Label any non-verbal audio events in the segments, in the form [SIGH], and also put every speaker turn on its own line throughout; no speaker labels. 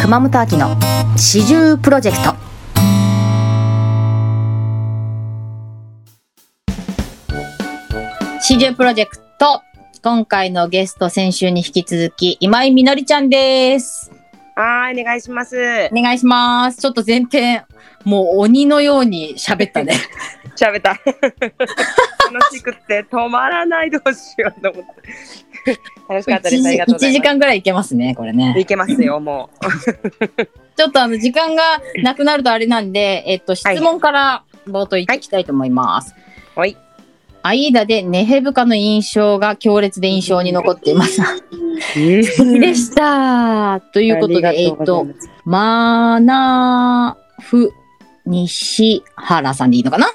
熊本秋の始終プロジェクト
始終プロジェクト今回のゲスト先週に引き続き今井みのりちゃんです
はい、お願いします。
お願いしますちょっと前編もう鬼のように喋
[LAUGHS]
ったね
喋 [LAUGHS] った。楽しくて止まらないどうしようと思って。楽しかったです。ありがと
1
うござい
時
ます。
間ぐらいいけますねこれね
いけますよ、もう。
ちょっとあの時間がなくなるとあれなんでえっと質問から冒頭いきたいと思います
はい
アイーダでネヘブカの印象が強烈で印象に残っています。 [LAUGHS] でした。ということで、えっと、マナフ西原さんでいいのかな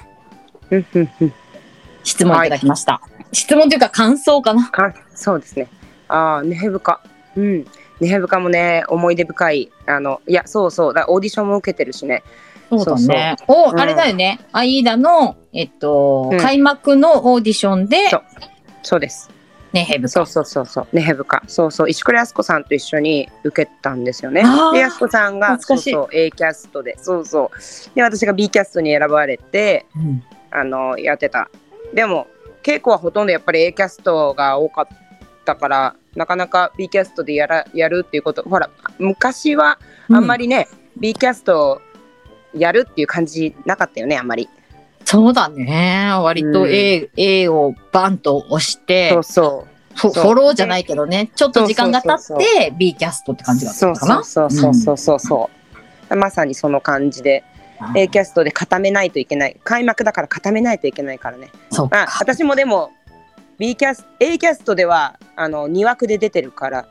質問いただきました。質問というか感想かな。
かそうですね。ああ、ネヘブカ。うん。ネヘブカもね、思い出深い。あの、いや、そうそう。だオーディションも受けてるしね。
そう
だ
ね
ね。
お、
うん
あれだよね。アイーダの、えっと、
うん
開幕のオーディションで
そ、うそうです。
ね、ヘブ
そ
さ
うそうそうそう。ネヘブカ。そうそう。石倉靖子さんと一緒に受けたんですよね。
あー
で、靖子さんが、
懐
そう
かしい
そう、A キャストで。そうそう。で、私が B キャストに選ばれて、
ん。
あのやってたでも稽古はほとんどやっぱり A キャストが多かったからなかなか B キャストでやらやるっていうことほら昔はあんま
り。
りね、B キャストやるっていう感じなかったよねあんまり、
そうだね。割と A、A をバンと押して
そう、
フ
そ
ォ
そう
フォローじゃないけどね、ちょっと時間が経
そう
っ
そう
て B キャストって
う
感じだった
そ
の
う
かな。
そうそうそうそうそう、まさにその感じで A キャストで固めないといけない開幕だから固めないといけないからね
そう
まあ私もでも B キャス A キャストではあの2枠で出てるから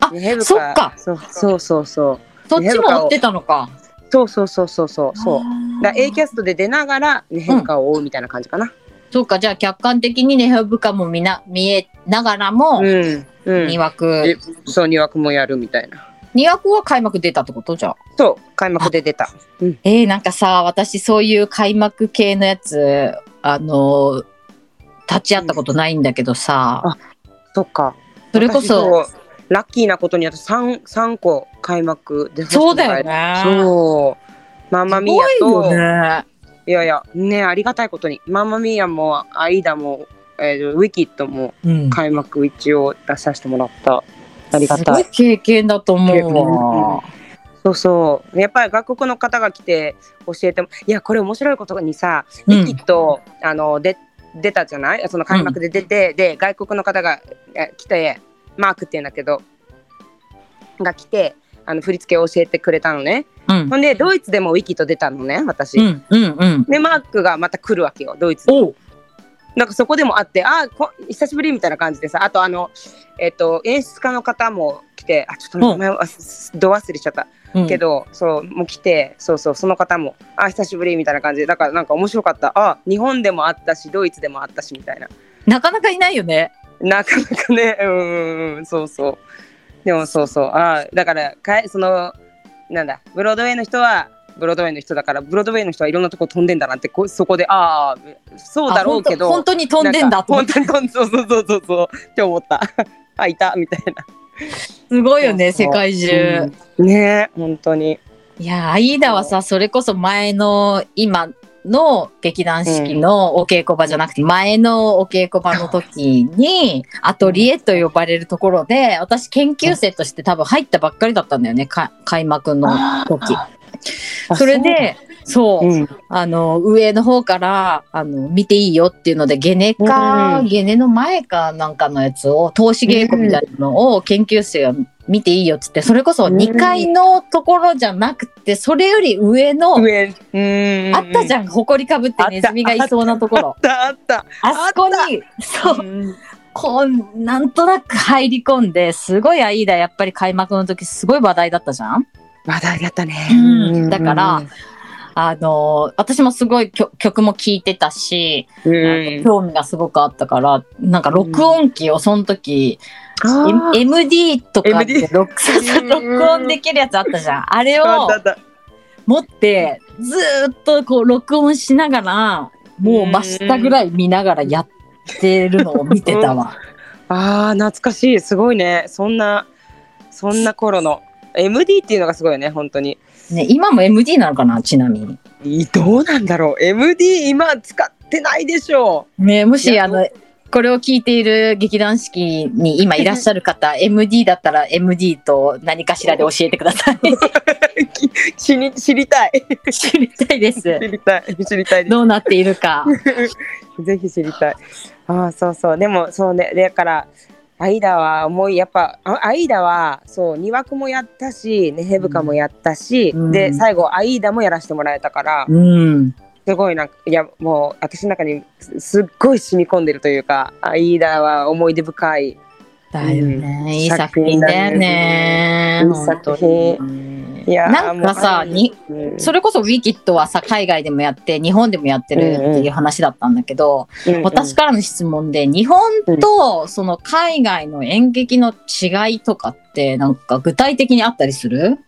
あ
ネブ
そっか
そうそうそうそう
そっちも追ってたのか。
そうそうそうそうそうそうだから A キ
ャ
ャストで出ながらね変化を追うみたいな感じかな
そうか、じゃあ客観的にネヘブカも見な、見えながらも
う、ん、うん
2枠
え。そう2枠もやるみたいな
2枠は開幕出たってことじゃあ。
そう開幕で出た
えー、なんかさ、私そういう開幕系のやつ、あのー立ち会ったことないんだけどさ、
うんそっか
それこそ、
私うラッキーなことに私 3, 三個開幕で
そうだよね。
そうママ
す
ミーヤ
ごい
と
よね。
いやいや、ね、ありがたいことに、ママミーアもアイダも、えーウィキッドも
うん。
開幕一応出させてもらった。ありが
す
た
ご
い
い。経験だと思
経験
うわ。
そうそう。やっぱり外国の方が来て教えても、いや、これ面白いことにさ、
う
き
ん
っと、あの、で、出たじゃないその開幕で出て、で、外国の方がえ来て、マークって言うんだけど、が来て、あの振り付けを教えてくれたのね。
うん
ほんで、ドイツでもウィキッド出たのね、私。
うんうんうん。
で、マークがまた来るわけよ、ドイツに
おう
なんかそこでもあって、あーこ久しぶりみたいな感じでさ、あとあの、えっ、と、演出家の方も来て、あ、ちょっと名前は、ど忘れしちゃった
うん
けど、そう、もう来て、そうそう、その方も、あ、久しぶりみたいな感じで、だからなんか面白かった。あ、日本でもあったし、ドイツでもあったし、みたいな。
なかなかいないよね。
なかなかね、 [LAUGHS] うんうんうん、そうそう。でもそうそう、あーだからかえ、その、なんだ、ブロードウェイの人は、ブロードウェイの人だから、ブロードウェイの人はいろんなとこ飛んでんだなって、こそこで、ああ、そうだろうけど、
あ本当本当に飛んでんだと思
本
って
当に飛んで [LAUGHS] そうそうそうそうそうって思った [LAUGHS] あいたみたい
すごいよね
そう
世
そう
界
な
中、、
うんねえ本当に
いやーアイーダはさそれこそ前の今の劇団四季のお稽古場じゃなくて前のお稽古場の時 [LAUGHS] にアトリエと呼ばれるところで私研究生として多分入ったばっかりだったんだよねか開幕の時それでそう、
うん
あの上の方からあの見ていいよっていうのでゲネか、
うん
ゲネの前かなんかのやつを投資稽古みたいなのを研究生が見ていいよっつってそれこそ
うん
2階のところじゃなくてそれより上の、
上うん
あったじ
ゃん
ゃん埃かぶってネズミがいそうなところ
あったあった
あ
あ
そこにそう
うん
こうなんとなく入り込んですごいアイーダやっぱり開幕の時すごい話題だったじゃん
話題だったね
うんだからあの私もすごい曲曲も聴いてたし
うん
興味がすごくあったからなんか録音機をその時、
あ
M- MD とかで
MD
録録音できるやつあったじゃんあれ
ーあ
を
ったあった
持ってずーっとこう録音しながらもう真下ぐらい見ながらやってるのを見てたわ。
あー懐かしいすごいねそんなそんな頃の MD っていうのがすごいよね本当に
ね、今も MD なのかなちなみに。
いどうなんだろう MD 今使ってないでしょ
ね、も
い
し
や
あのこれを聞いている劇団四季に今いらっしゃる方 MD だったら MD と何かしらで教えてくだ
[LAUGHS]
さい
うき知り知りたい [LAUGHS]
知りたいです
知りたい知りたいです
どうなっているか
ぜひ知りたい。ああ、そうそう。でも、そうね。だから、アイダは思い、やっぱ、あアイダは、そう、二枠もやったし、ネヘブカもやったし、
うんう
で、
ん
最後、アイダもやらせてもらえたから、
うん
すごいなんか、いや、もう、私の中にすすっごい染み込んでるというか、アイダは思い出深い。
だよね、
うん
いい作品だよね
いい作品
本当
い
に
やー
なんかさ
もう
に
うん
それこそ「ウィキッドはさ海外でもやって日本でもやってるっていう話だったんだけど、
うんうん
私からの質問で日本とその海外の演劇の違いとかってなんか具体的にあったりする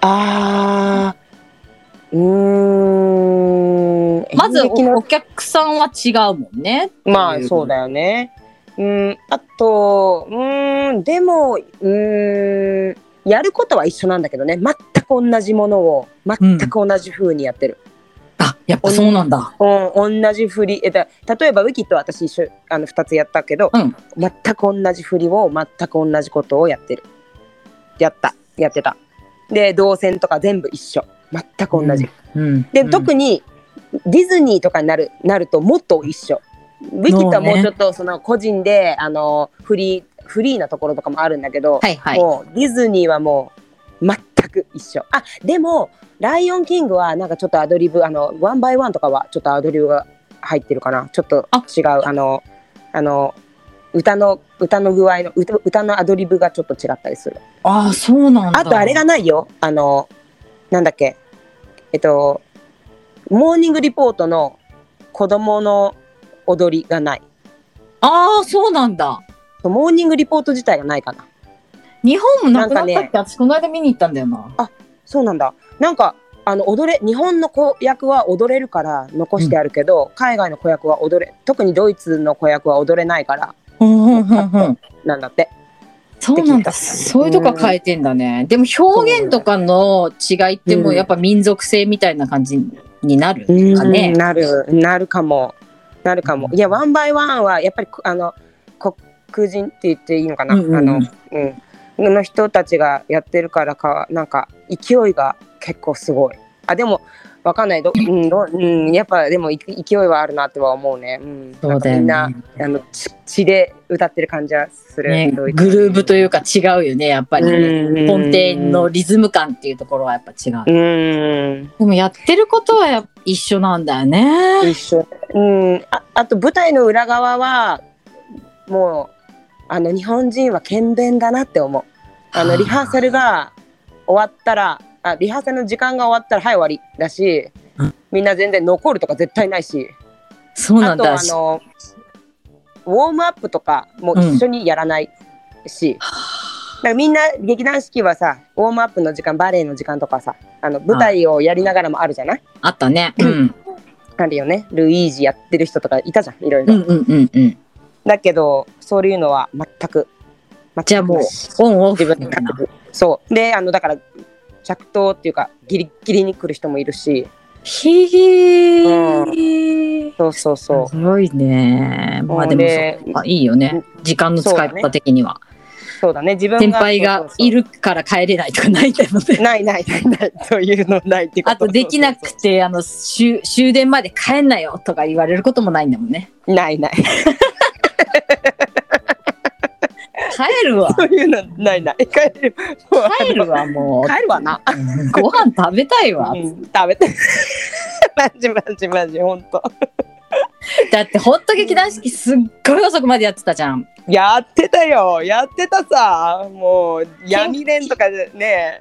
ああ、うーん。
まず
演劇の
おお客さんは違うもんね。
ま
っ
あ
てい
そうだよね。うん、あと、うん、でも、うん、やることは一緒なんだけどね、全く同じものを、全く同じ風にやってる。
あやっぱそうなんだ。
うん、同じ振り、えだ例えばウィキッドは私一緒、あの2つやったけど、
うん
全く同じ振りを、全く同じことをやってる。やった、やってた。で、動線とか全部一緒。全く同じ。
うん、
で、
うん
特にディズニーとかになるなるともっと一緒。ウィキッドはもう
そうね
ちょっとその個人で、あのフリーフリーなところとかもあるんだけど、
はいはい。
もうディズニーはもう全く一緒。あでも「ライオンキング」はなんかちょっとアドリブあのワンバイワンとかはちょっとアドリブが入ってるかなちょっと
あ
違うあのあの歌の歌の具合の歌歌のアドリブがちょっと違ったりする。
ああそうなんだ。
あとあれがないよ。あの、なんだっけ。えっと、モーニングリポートの子供の踊りがない。
ああそうなんだ。
モーニングリポート自体がないかな。
日本もなくなったっけ、
なん
私この間見に行ったんだよな。
そうなんだ。なんか、あの踊れ日本の子役は踊れるから残してあるけど、海外の子役は踊れ特にドイツの子役は踊れないから
うんうんうんうん。
なんだって
そうなん
って聞いた
だ。そういうとこは変えてんだね。でも表現とかの違いってもうやっぱ民族性みたいな感じになるかね。
なるなるかもなるかもいやワンバイワンはやっぱりあの黒人って言っていいのかな、
うんうんうん
あのうんの人たちがやってるからかなんか勢いが結構すごいあでもわかんないど、うんどうん、やっぱでもい勢いはあるなっては思うね、うん、
そうだよね
なんかみんなあの血血で歌ってる感じはする、
ね、
ド
グ
イツ
ルーブというか違うよねやっぱりね、
うんうん
根底のリズム感っていうところはやっぱ違う、
うん
でもやってることはやっぱ一緒なんだよね
一緒、うん、ああと舞台の裏側はもうあの日本人は勤勉だなって思うあ
はあ
のリハーサルが終わったらあリハーサルの時間が終わったらはい終わりだし
うん
みんな全然残るとか絶対ないし
そうな
あ
ん
と
だ
あのウォームアップとかも一緒にやらないし、だからみんな劇団四季はさウォームアップの時間バレエの時間とかさあの舞台をやりながらもあるじゃない
あったね、うん、
あるよねルイージやってる人とかいたじゃんいろいろ、
うんうんうんうん
だけどそういうのは全く全く
じゃあもう
なし
オンオフ
自分
み
で
たい
買って
な
くるそうであのだから着到っていうかギリギリに来る人もいるし
ひー、
そうそうそう
すごいねまあでも
ね
そうかいいよね時間の使い方的には、
そうだね自分が
先輩
そう
が
そうそう
いるから帰れないとかないんだよね
ないないないないそういうのないってこ
[LAUGHS]
と
あとできな
そう
くてあの終終電まで帰んなよとか言われることもないんだもんね
そうそうないない
帰るわ
そういうのないない帰るもう
帰るわもう
帰るわな、
ご飯食べたいわ
う。ん、食べて [LAUGHS] マジマジマジほんと
だってホット劇団四季すっごい遅くまでやってたじゃん。
やってたよやってたさもう闇連とかでね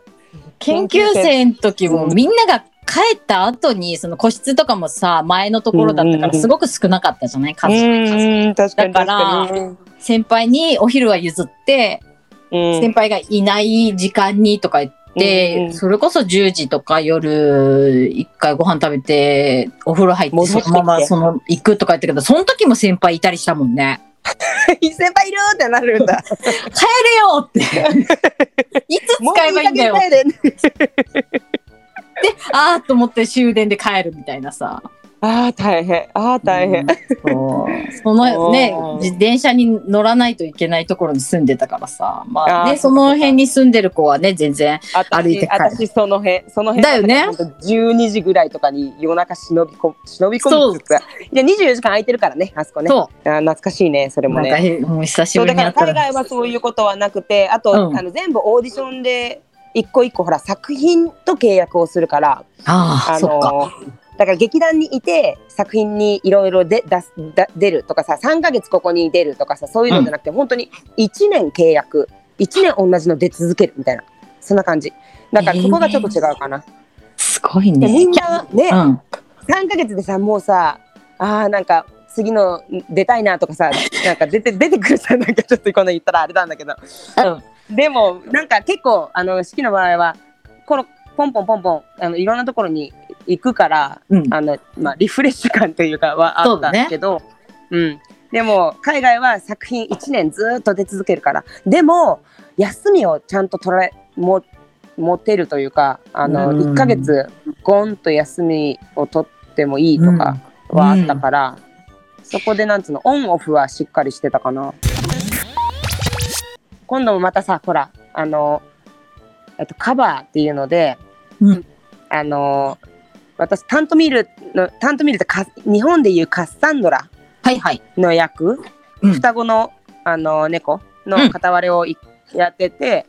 研究生の時もみんなが帰った後にその個室とかもさ前のところだった
うんう
か
んう
ら
ん
すごく少なかったじゃない数数
うん確かに
だから
確かに
先輩にお昼は譲って
うん
先輩がいない時間にとか言って。
うんうん
それこそ10時とか夜一回ご飯食べてお風呂入って
戻っ
そ
てきて
のままその行くとか言ったけどその時も先輩いたりしたもんね [LAUGHS]
一先輩いるってなるん [LAUGHS] だ。 [LAUGHS]
帰れよっていつ使えばいいんだよ
もういい加減帰れ
ああと思って終電で帰るみたいなさ
ああ、大変。ああ、大変。
うんそうそ
[LAUGHS]
のね
おー
自電車に乗らないといけないところに住んでたからさまあ
あ
ね
ー
その辺に住んでる子はね全然
あたし
歩いて帰る
私その辺その辺
だよね
ほんと12時ぐらいとかに夜中忍びこ忍び込みつついや24時間空いてるからねあそこね
そ
あー懐かしいねそれ
う
も
なんか
ね
へもう久し
そ
ぶ
う
り
だ
に
か
会
ら
ったら
海外はそういうことはなくてあと、
うん
あの全部オーディションで一個一個ほら作品と契約をするから
ああ
あ
そっか
のだから劇団にいて作品にいろいろ出出すだ出るとかさ3ヶ月ここに出るとかさそういうのじゃなくて、本当に1年契約1年同じの出続けるみたいなそんな感じだからそこがちょっと違うかな、
すごい
でみ
ね
んなね、
うん
3ヶ月でさもうさあーなんか次の出たいなとかさなんか出て出てくるさなんかちょっとこんな言ったらあれなんだけど、でもなんか結構あの式の場合はこのポンポンポンポンあのいろんなところに行くから
うん
あの、まあ、リフレッシュ感というかはあ
そ
っ
う
た
だ
ん
ね
だけどうん、でも海外は作品1年ずっと出続けるからでも休みをちゃんと取れも持てるというかあの、
うん
1ヶ月ゴンと休みを取ってもいいとかはあったから、そこでなんつうのオンオフはしっかりしてたかな。今度もまたさほらあのえっとカバーっていうので、
うん
あの私タントミルのタントミルってカ日本でいうカッサンドラ
はいはい
の役、
うん
双子のあの猫の片割れをいやってて、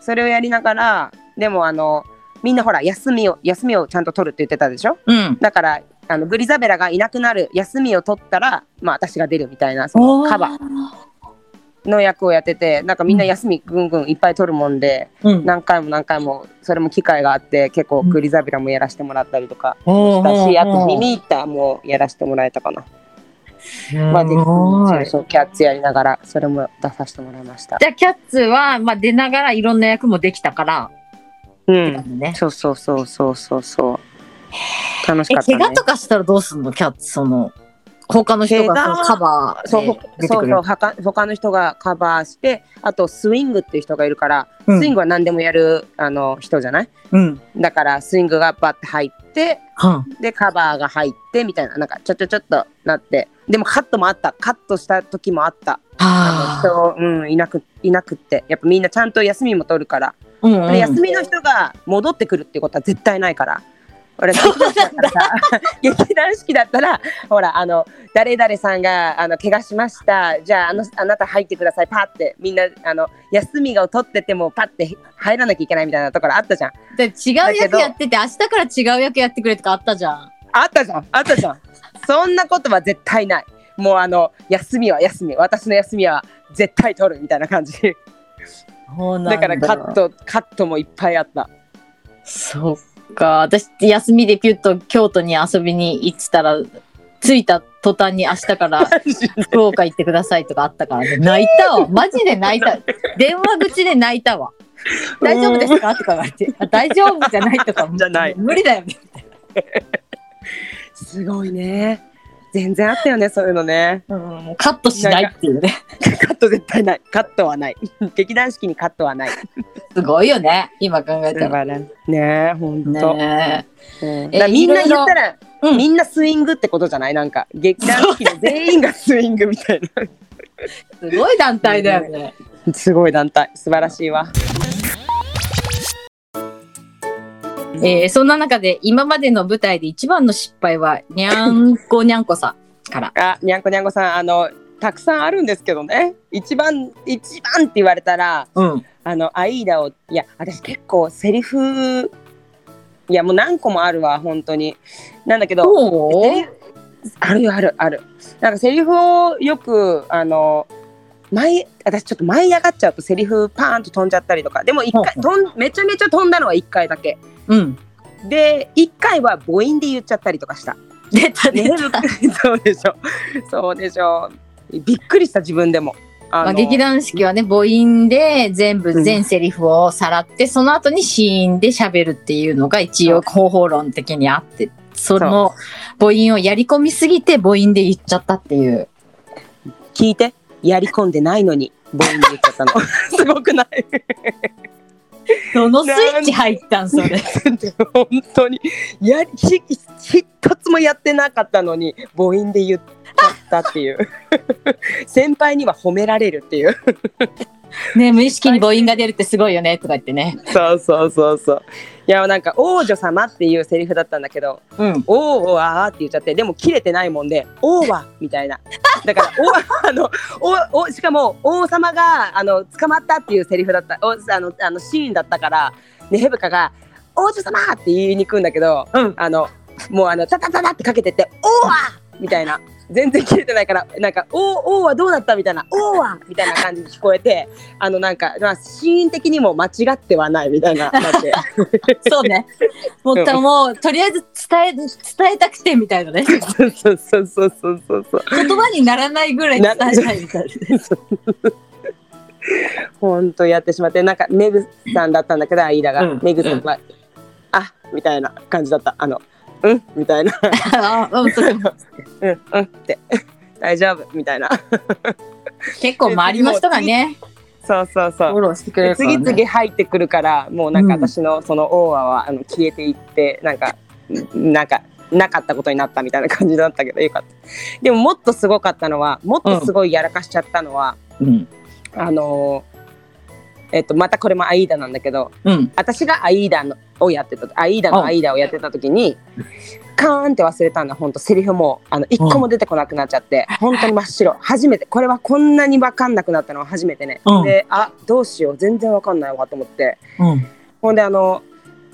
それをやりながらでもあのみんなほら休みを休みをちゃんと取るって言ってたでしょ
うん
だからあのグリザベラがいなくなる休みを取ったら、まあ、私が出るみたいなそのカバ
ー
ーの役をやっててなんかみんな休みぐんぐんいっぱい取るもんで、
うん
何回も何回もそれも機会があって結構グリザベラもやらせてもらったりとか
お
だし、あ
ー
とミニーターもやらせてもらえたかな。
す
まあ、で
ごい
そうそうキャッツやりながらそれも出させてもらいました。
じゃあキャッツは、まあ、出ながらいろんな役もできたから、
うん、
ね
そうそうそうそうそうそう楽し
え
かった、
怪
ね。
我とかしたらどうすんのキャッツその他の人が
怪
そ
我
のカバー
そう
で
ほ
出て
そ
く
う
る
そうはか他の人がカバーしてあとスイングっていう人がいるから、
うん
スイングは何でもやるあの人じゃない
うん
だからスイングがバッて入って
は
でカバーが入ってみたいななんかちょちょちょっとなってでもカットもあったカットした時もあったあ
あ
の人、うん、いなくいなくってやっぱみんなちゃんと休みも取るから
うんうん
で休みの人が戻ってくるっていうことは絶対ないから。俺劇団四季だったらさ [LAUGHS] 劇団四季だったらほらあの誰々さんがあの怪我しましたじゃああのあなた入ってくださいパッてみんなあの休みを取っててもパッて入らなきゃいけないみたいなところあったじゃん
で違う
だけ
役
ど
やってて明日から違う役やってくれとかあったじゃん
あったじゃんあったじゃんそんなことは絶対ないもうあの休みは休み私の休みは絶対取るみたいな感じ
そうなん
だからカットカットもいっぱいあった
そっか私休みでピュッと京都に遊びに行ってたら着いた途端に明日
[LAUGHS]
から福岡行ってくださいとかあったからね泣いたわマジで泣い
[LAUGHS]
た電話口で泣いたわ大丈夫ですかとか言われ
[LAUGHS]
てあ大丈夫じゃないとか
じゃない
無理だよね
すごいね全然あったよねそういうのね
うん、もうカットしないっていうね。
カット絶対ないカットはない [LAUGHS] 劇団四季にカットはない
すごいよね、今考えた
だ
ら。
からねほんと、
ね
うん
え
だからみんな
ろ
い
いろ
言ったら、
うん
みんなスイングってことじゃないなんか劇団四季の全員がスイングみたい
えすごい団体だよね。
な [LAUGHS] すごい団体素晴らしいわ
えーそんな中で、今までの舞台で一番の失敗は、にゃんこにゃんこさんから。
あにゃんこにゃんこさんあのたくさんあるんですけどね一番一番って言われたら
うん。
あのアイーダをいや私結構セリフいやもう何個もあるわ本当になんだけど
お
えあるよあるあるなんかセリフをよくあの前私ちょっと舞い上がっちゃうとセリフパーンと飛んじゃったりとかでも一回
ほう
飛んめちゃめちゃ飛んだのは1回だけ
うん。
で1回は母音で言っちゃったりとかした
出た出
ね [LAUGHS]
た。
そうでしょそうでしょびっくりした自分でもあの
まあ、劇団四季はね、母音で全部、
うん
全セリフをさらって、その後にシーンで喋るっていうのが一応方法論的にあって、その母音をやり込みすぎて母音で言っちゃったっていう。
聞いてやり込んでないのにボインに言っち
[LAUGHS]
ゃったのすごくない
どのスイッチ入ったんそれ。
本当にやりひひ一つもやってなかったのに母音で言っちゃったっていう [LAUGHS] 先輩には褒められるっていう
ね無意識に母音が出るってすごいよねとか言ってね。
そうそうそうそういやなんか「王女様」っていうセリフだったんだけど
うん
「王は」って言っちゃってでも切れてないもんで「王は」みたいなだから「王は」あのおおしかも王様があの捕まったっていうセリフだったおあのあのシーンだったからねヘブカが「王女様!」って言いにくいんだけど
うん。
あのもうあのタタタタってかけてって「おーわ!」みたいな全然切れてないからなんか「おーおーはどうだった?」みたいな「おーわ!」みたいな感じに聞こえてあのなんか、まあ、シーン的にも間違ってはないみたい
[LAUGHS]
ななって
そうね。もうたもうとりあえず伝え伝えたくてみたいなね。
そうそうそうそうそうそうそう
言葉にならないぐらい伝えたいみたいな。
ほんとやってしまってなんかメグさんだったんだけど飯田が、
うん
メグさんは「あみたいな感じだったあの「うん」みたいな
あうんそう
「うんうん」って [LAUGHS] 「大丈夫」みたいな
結構周りの人がね
そうそうそう
フォローしてくれるから、ね。
次々入ってくるからもうなんか
うん
私のそのオーアはあの消えていってなんかなんかなかったことになったみたいな感じだったけどよかったでももっとすごかったのはもっとすごいやらかしちゃったのは、
うん。
あのーえっとまたこれもアイーダなんだけど
うん。
私がアイーダのをやってたアイーダ
うん
のアイーダをやってた時にカーンって忘れたんだ本当セリフもあの一個も出てこなくなっちゃって本当に真っ白初めてこれはこんなに分かんなくなったのは初めてね、
うん
であどうしよう全然分かんないわと思って
うん。
ほんであの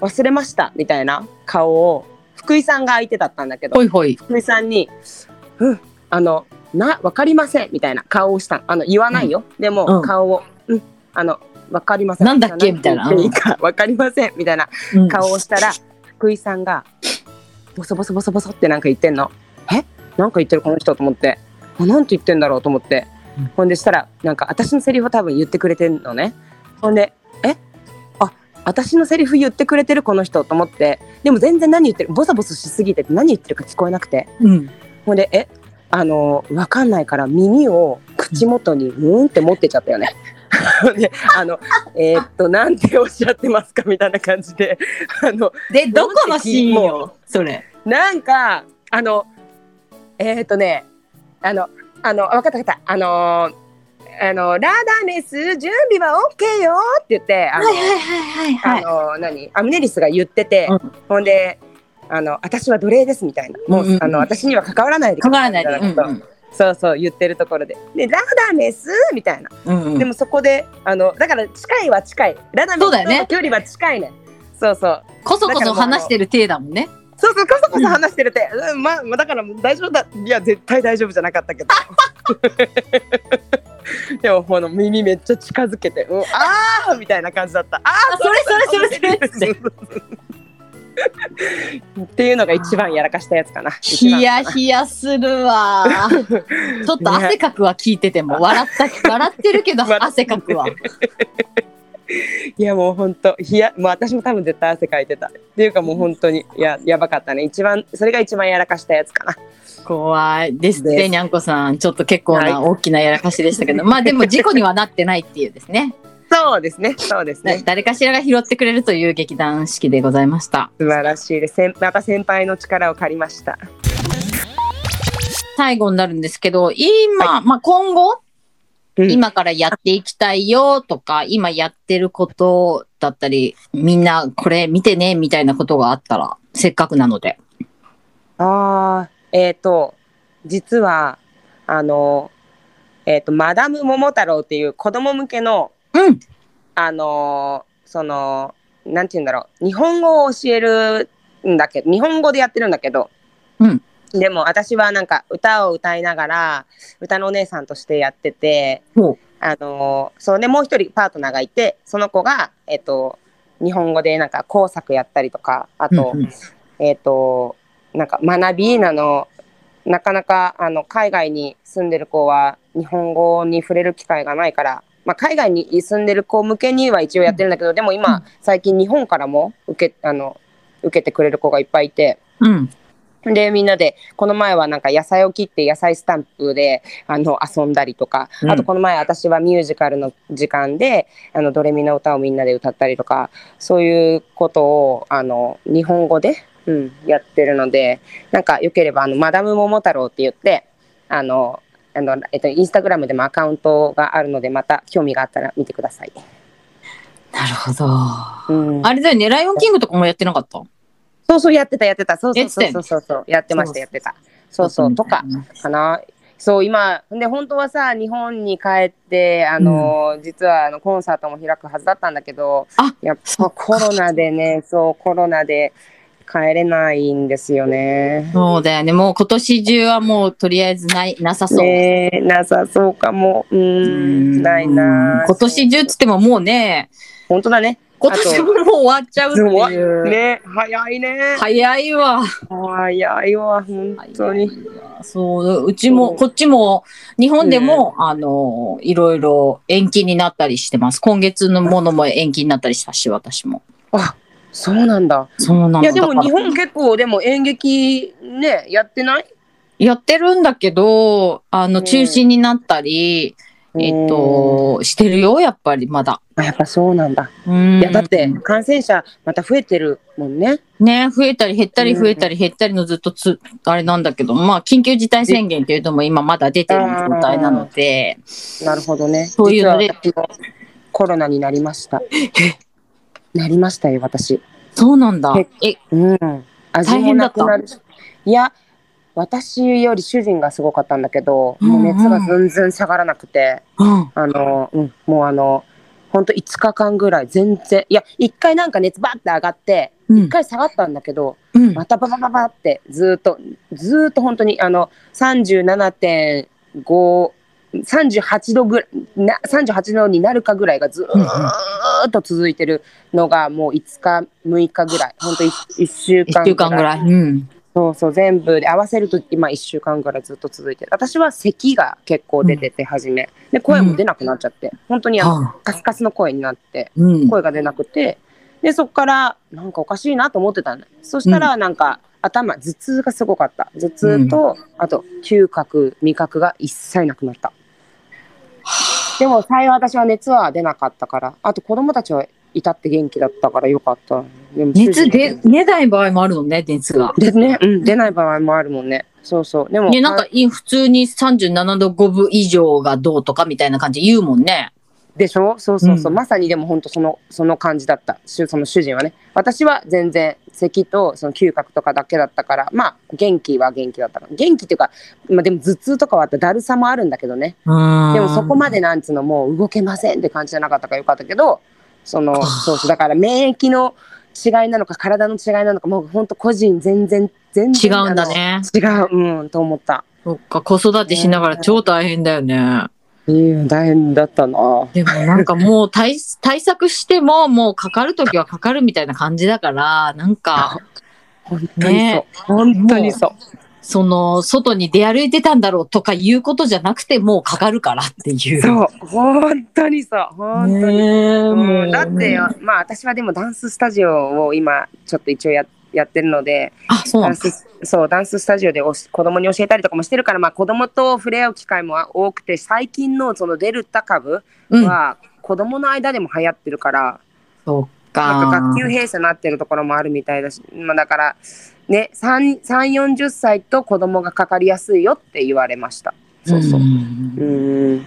忘れましたみたいな顔を福井さんが相手だったんだけど
ほいほい。
福井さんに「うんあのな分かりません」みたいな顔をしたあの言わないよ、で
う
も
ん
顔を「うんあの分かりません」
なんだっけみたいな
なんて言っていいか分かりませんみたいな
うん
顔をしたら福井さんがボソボソボソボソってなんか言ってんのえなんか言ってるこの人と思ってあなんて言ってんだろうと思って、
うん
ほんでしたらなんか私のセリフを多分言ってくれてんのねほんでえあ私のセリフ言ってくれてるこの人と思ってでも全然何言ってるボソボソしすぎてて何言ってるか聞こえなくて
うん。
ほんでえあのわかんないから耳を口元にうーんって持ってちゃったよね。 [LAUGHS] であのえーっとなんておっしゃってますかみたいな感じであの
で、どこのシーン
も
よ、それ。
なんかあのえー、っとねあのあの分かった分かったあのーあのラダネス準備はオッケーよって言ってあの、
はいい。
あの何アムネリスが言ってて、
うん
ほんであの私は奴隷ですみたいなも
う
う、
んうんうん
あの私には関わらないで
か
くだ
か
さ
ら
いみ
な
た
いで。う
いなこと
ん
そうそう言ってるところででラダネスみたいな、
うん。うん
でもそこであのだから近いは近いラダネ
そうだよ
ス
ね
の距離は近いねそうそう
こそこそ話してる体だもんね。
そうそう、こそこそ話してるって、うん、まあ、まあだから、大丈夫だ、いや、絶対大丈夫じゃな
[LAUGHS]
かったけど。でも、この耳めっちゃ近づけて、うん、あーみたいな感じだった。あ
あ、それそれそれ
ー
それ。
[LAUGHS] っていうのが一番やらかしたやつかな。
ヒヤ
一番かな
ヒヤする
[LAUGHS]
わ。ちょっと汗かくわ、聞いてても。笑
[LAUGHS]
った、笑ってるけど
笑って
汗かくわ。
いや、もう本当、ひや、もう私も多分絶対汗かいてた。っていうか、もう本当に、いや、やばかったね。一番、それが一番やらかしたやつかな。
怖いですっ
です
て、にゃんこさん。ちょっと結構な
は
大きなやらかしでしたけど、まあでも事故にはなってないっていうですね。
そうですね。そうです [LAUGHS] ね
だ。誰かしらが拾ってくれるという劇団式でございました。
素晴らしいです。先また先輩の力を借りました。
最後になるんですけど、今、まあ今後、
うん
今からやっていきたいよとか、今やってることだったり、みんなこれ見てねみたいなことがあったら、せっかくなので。
ああ、えっ、と、実は、あの、えっ、と、マダム桃太郎っていう子供向けの、
うん。
あのーその、なんて言うんだろう、日本語を教えるんだけど、日本語でやってるんだけど、
うん
でも私はなんか歌を歌いながら、歌のお姉さんとしてやってて、
ほ
あのーそうね、もう一人パートナーがいて、その子が、えっ、と、日本語でなんか工作やったりとか、あ
う。
と、えっ、と、なんか学びなの、なかなかあの海外に住んでる子は日本語に触れる機会がないから、まあ、海外に住んでる子向けには一応やってるんだけど、でも
う
今
ん
最近日本からも受けあの受けてくれる子がいっぱいいて
うん。
で、みんなで、この前はなんか野菜を切って野菜スタンプで、あの、遊んだりとか、
うん
あとこの前私はミュージカルの時間で、あの、ドレミの歌をみんなで歌ったりとか、そういうことを、あの、日本語で、うん、やってるので、なんかよければ、あの、マダム桃太郎って言って、あの、あの、えっと、インスタグラムでもアカウントがあるので、また興味があったら見てください。
なるほど。あ
うん。
れだよね、ライオンキングとかもやってなかった
そうそう、やってた、やってた。そうそ
や
う
ってたよね
そうそうそう。やってました、
そう
やってた。そうそう、とか。。かな。そう今で本当はさ日本に帰ってあの、実はあのコンサートも開くはずだったんだけど
あ
やっ
そ
ぱ
っか
コロナでねそうコロナで帰れないんですよね。
そうだよね、もう今年中はもうとりあえずない、なさそう。
ねえなさそうかもう
う
ーん
ん
ないな
今年中っつってももうね、
本当だね
今年ももう終わっちゃうっていう。
ね早いね
早いわ。
早いわ本当に
そう、うちも、
うん
こっちも、日本でも、あの、いろいろ延期になったりしてます。今月のものも延期になったりしたし、私も。
あそうなんだ
そうなの
いやでも
だ
日
から
本結構でも演劇ねやってない
やってるんだけど、あ
う
の、
ん
中止になったり、えっと、してるよ、やっぱり、まだ。
あやっぱそうなんだ
うん。
いやだって感染者また増えてるもんね。
ね、増えたり減ったり増えたり減ったりのずっとつ、あれなんだけど、まあ、緊急事態宣言っていうのも今まだ出てる状態なので、
なるほどね。
そういうので
実は私もコロナになりました。なりましたよ私。
そうなんだ
え。
え、
うん。味
大
も
変だ
な
った
くなるし。いや私より主人がすごかったんだけど、もう熱
うんう
が
ん
全然下がらなくて、
うん。
あの、うん、もうあの。ほんと5日間ぐらい全然いや1回なんか熱バッて上がって
うん
1。回下がったんだけど、
うん
また [LAUGHS] ババババってずーっとずーっと本当にあの37.538度ぐらいな38度になるかぐらいがずーっと続いてるのがもう5日6日ぐらい本当 1, 週
一
間
週間ぐらい。うん。
そうそう全部で合わせると今1週間ぐらいずっと続いてる私は咳が結構出てて初め、で声も出なくなっちゃって本当にあの
あ
カスカスの声になって
うん。
声が出なくてでそこからなんかおかしいなと思ってたのそしたらなんか、頭頭痛がすごかった頭痛と、あと嗅覚味覚が一切なくなったでも幸い私は熱は出なかったからあと子供たちは至って元気だったからよかったでも主
熱
人
出、出ない場合もあるのね、熱が。
でね、うん、出ない場合もあるもんねそうそうでも
ね、なんか、い普通に37度5分以上がどうとかみたいな感じ言うもんね。
でしょそうそうそう、
うん
まさにでも本当そのその感じだったしその主人はね私は全然咳とその嗅覚とかだけだったからまあ元気は元気だったから元気っていうか、まあ、でも頭痛とかはあってだるさもあるんだけどね
うん。
でもそこまでなんつうのもう動けませんって感じじゃなかったからよかったけどそのそうそうだから免疫の違いなのか体の違いなのかもう本当個人全然全
違
然
うんだね。
あの違ううんと思った
そっか、子育てしながら超大変だよね。
うん大変だったな
でもなんかもう対対策してももうかかるときはかかるみたいな感じだから、なんか、
本当にそう、
ね
本当にそう
その、外に出歩いてたんだろうとかいうことじゃなくて、もうかかるからっていう。
そう、本当にそう、本当に。
ねえも
う
うん
だってよ、まあ私はでもダンススタジオを今ちょっと一応ややってるので、
あ、そう
ダ
なん
ン
だ。
スそうダンススタジオでおし子供に教えたりとかもしてるから、まあ子供と触れ合う機会も多くて、最近のそのデルタ株
うん。
は子供の間でも流行ってるから、
そっ
なん
か。
か学級閉鎖になってるところもあるみたいだし、まあだからね、三三四十歳と子供がかかりやすいよって言われました。そうそう。
ん
うん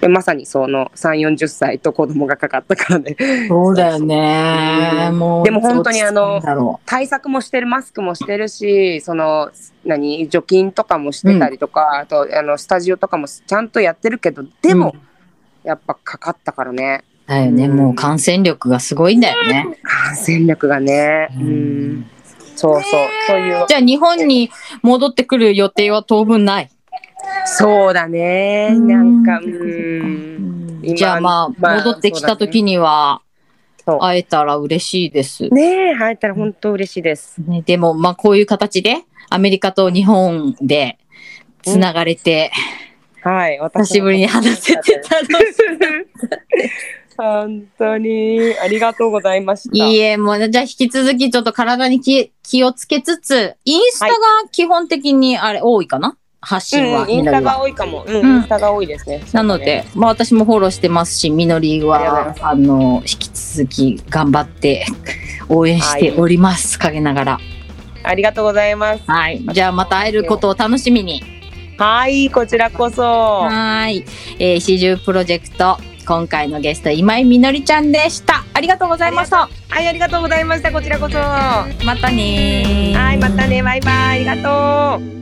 でまさにその3 4 0歳と子供がかかったからね [LAUGHS]
そうだよね。
うん
もう。
でも本当にあの
どうしたらいいんだろ
対策もしてるマスクもしてるしその何除菌とかもしてたりとか、あとあのスタジオとかもちゃんとやってるけど
う
でも、
うん
やっぱかかったからね
だよね。
うん
もう感染力がすごいんだよね。
感染力がねうん、そうそう、そういう
じゃあ日本に戻ってくる予定は当分ない。
そうだね
うん
なんかう
うんん
今
じゃあま
ま
あ
あ
戻ってきた時には
そう
会えたら嬉しいです。
ねえ入ったら本当嬉しいです
ね、でもまあこういう形でアメリカと日本でつながれて
はい
久しぶりに話せて楽しい。
楽し本当にありがとうございました。
いいえ、もう、じゃあ引き続きちょっと体に気気をつけつつ、インスタが基本的にあれ多いかな、発
う
信は。
ん、インス
みの
タ
りは
が多いかも。うん、
うん
インスタが多いですね。
なので、まあ私もフォローしてますし、みのり
あり
は
が、
あの、引き続き頑張って [LAUGHS] 応援しております、陰ながら。
ありがとうございます。
はい。じゃあまた会えることを楽しみに。
はい、こちらこそ。
はい。えー、四十プロジェクト、今回のゲスト、今井みのりちゃんでした。ありがとうございました。
はい、ありがとうございました。こちらこそ。は
またねー
い、またね。バイバイ。ありがとう。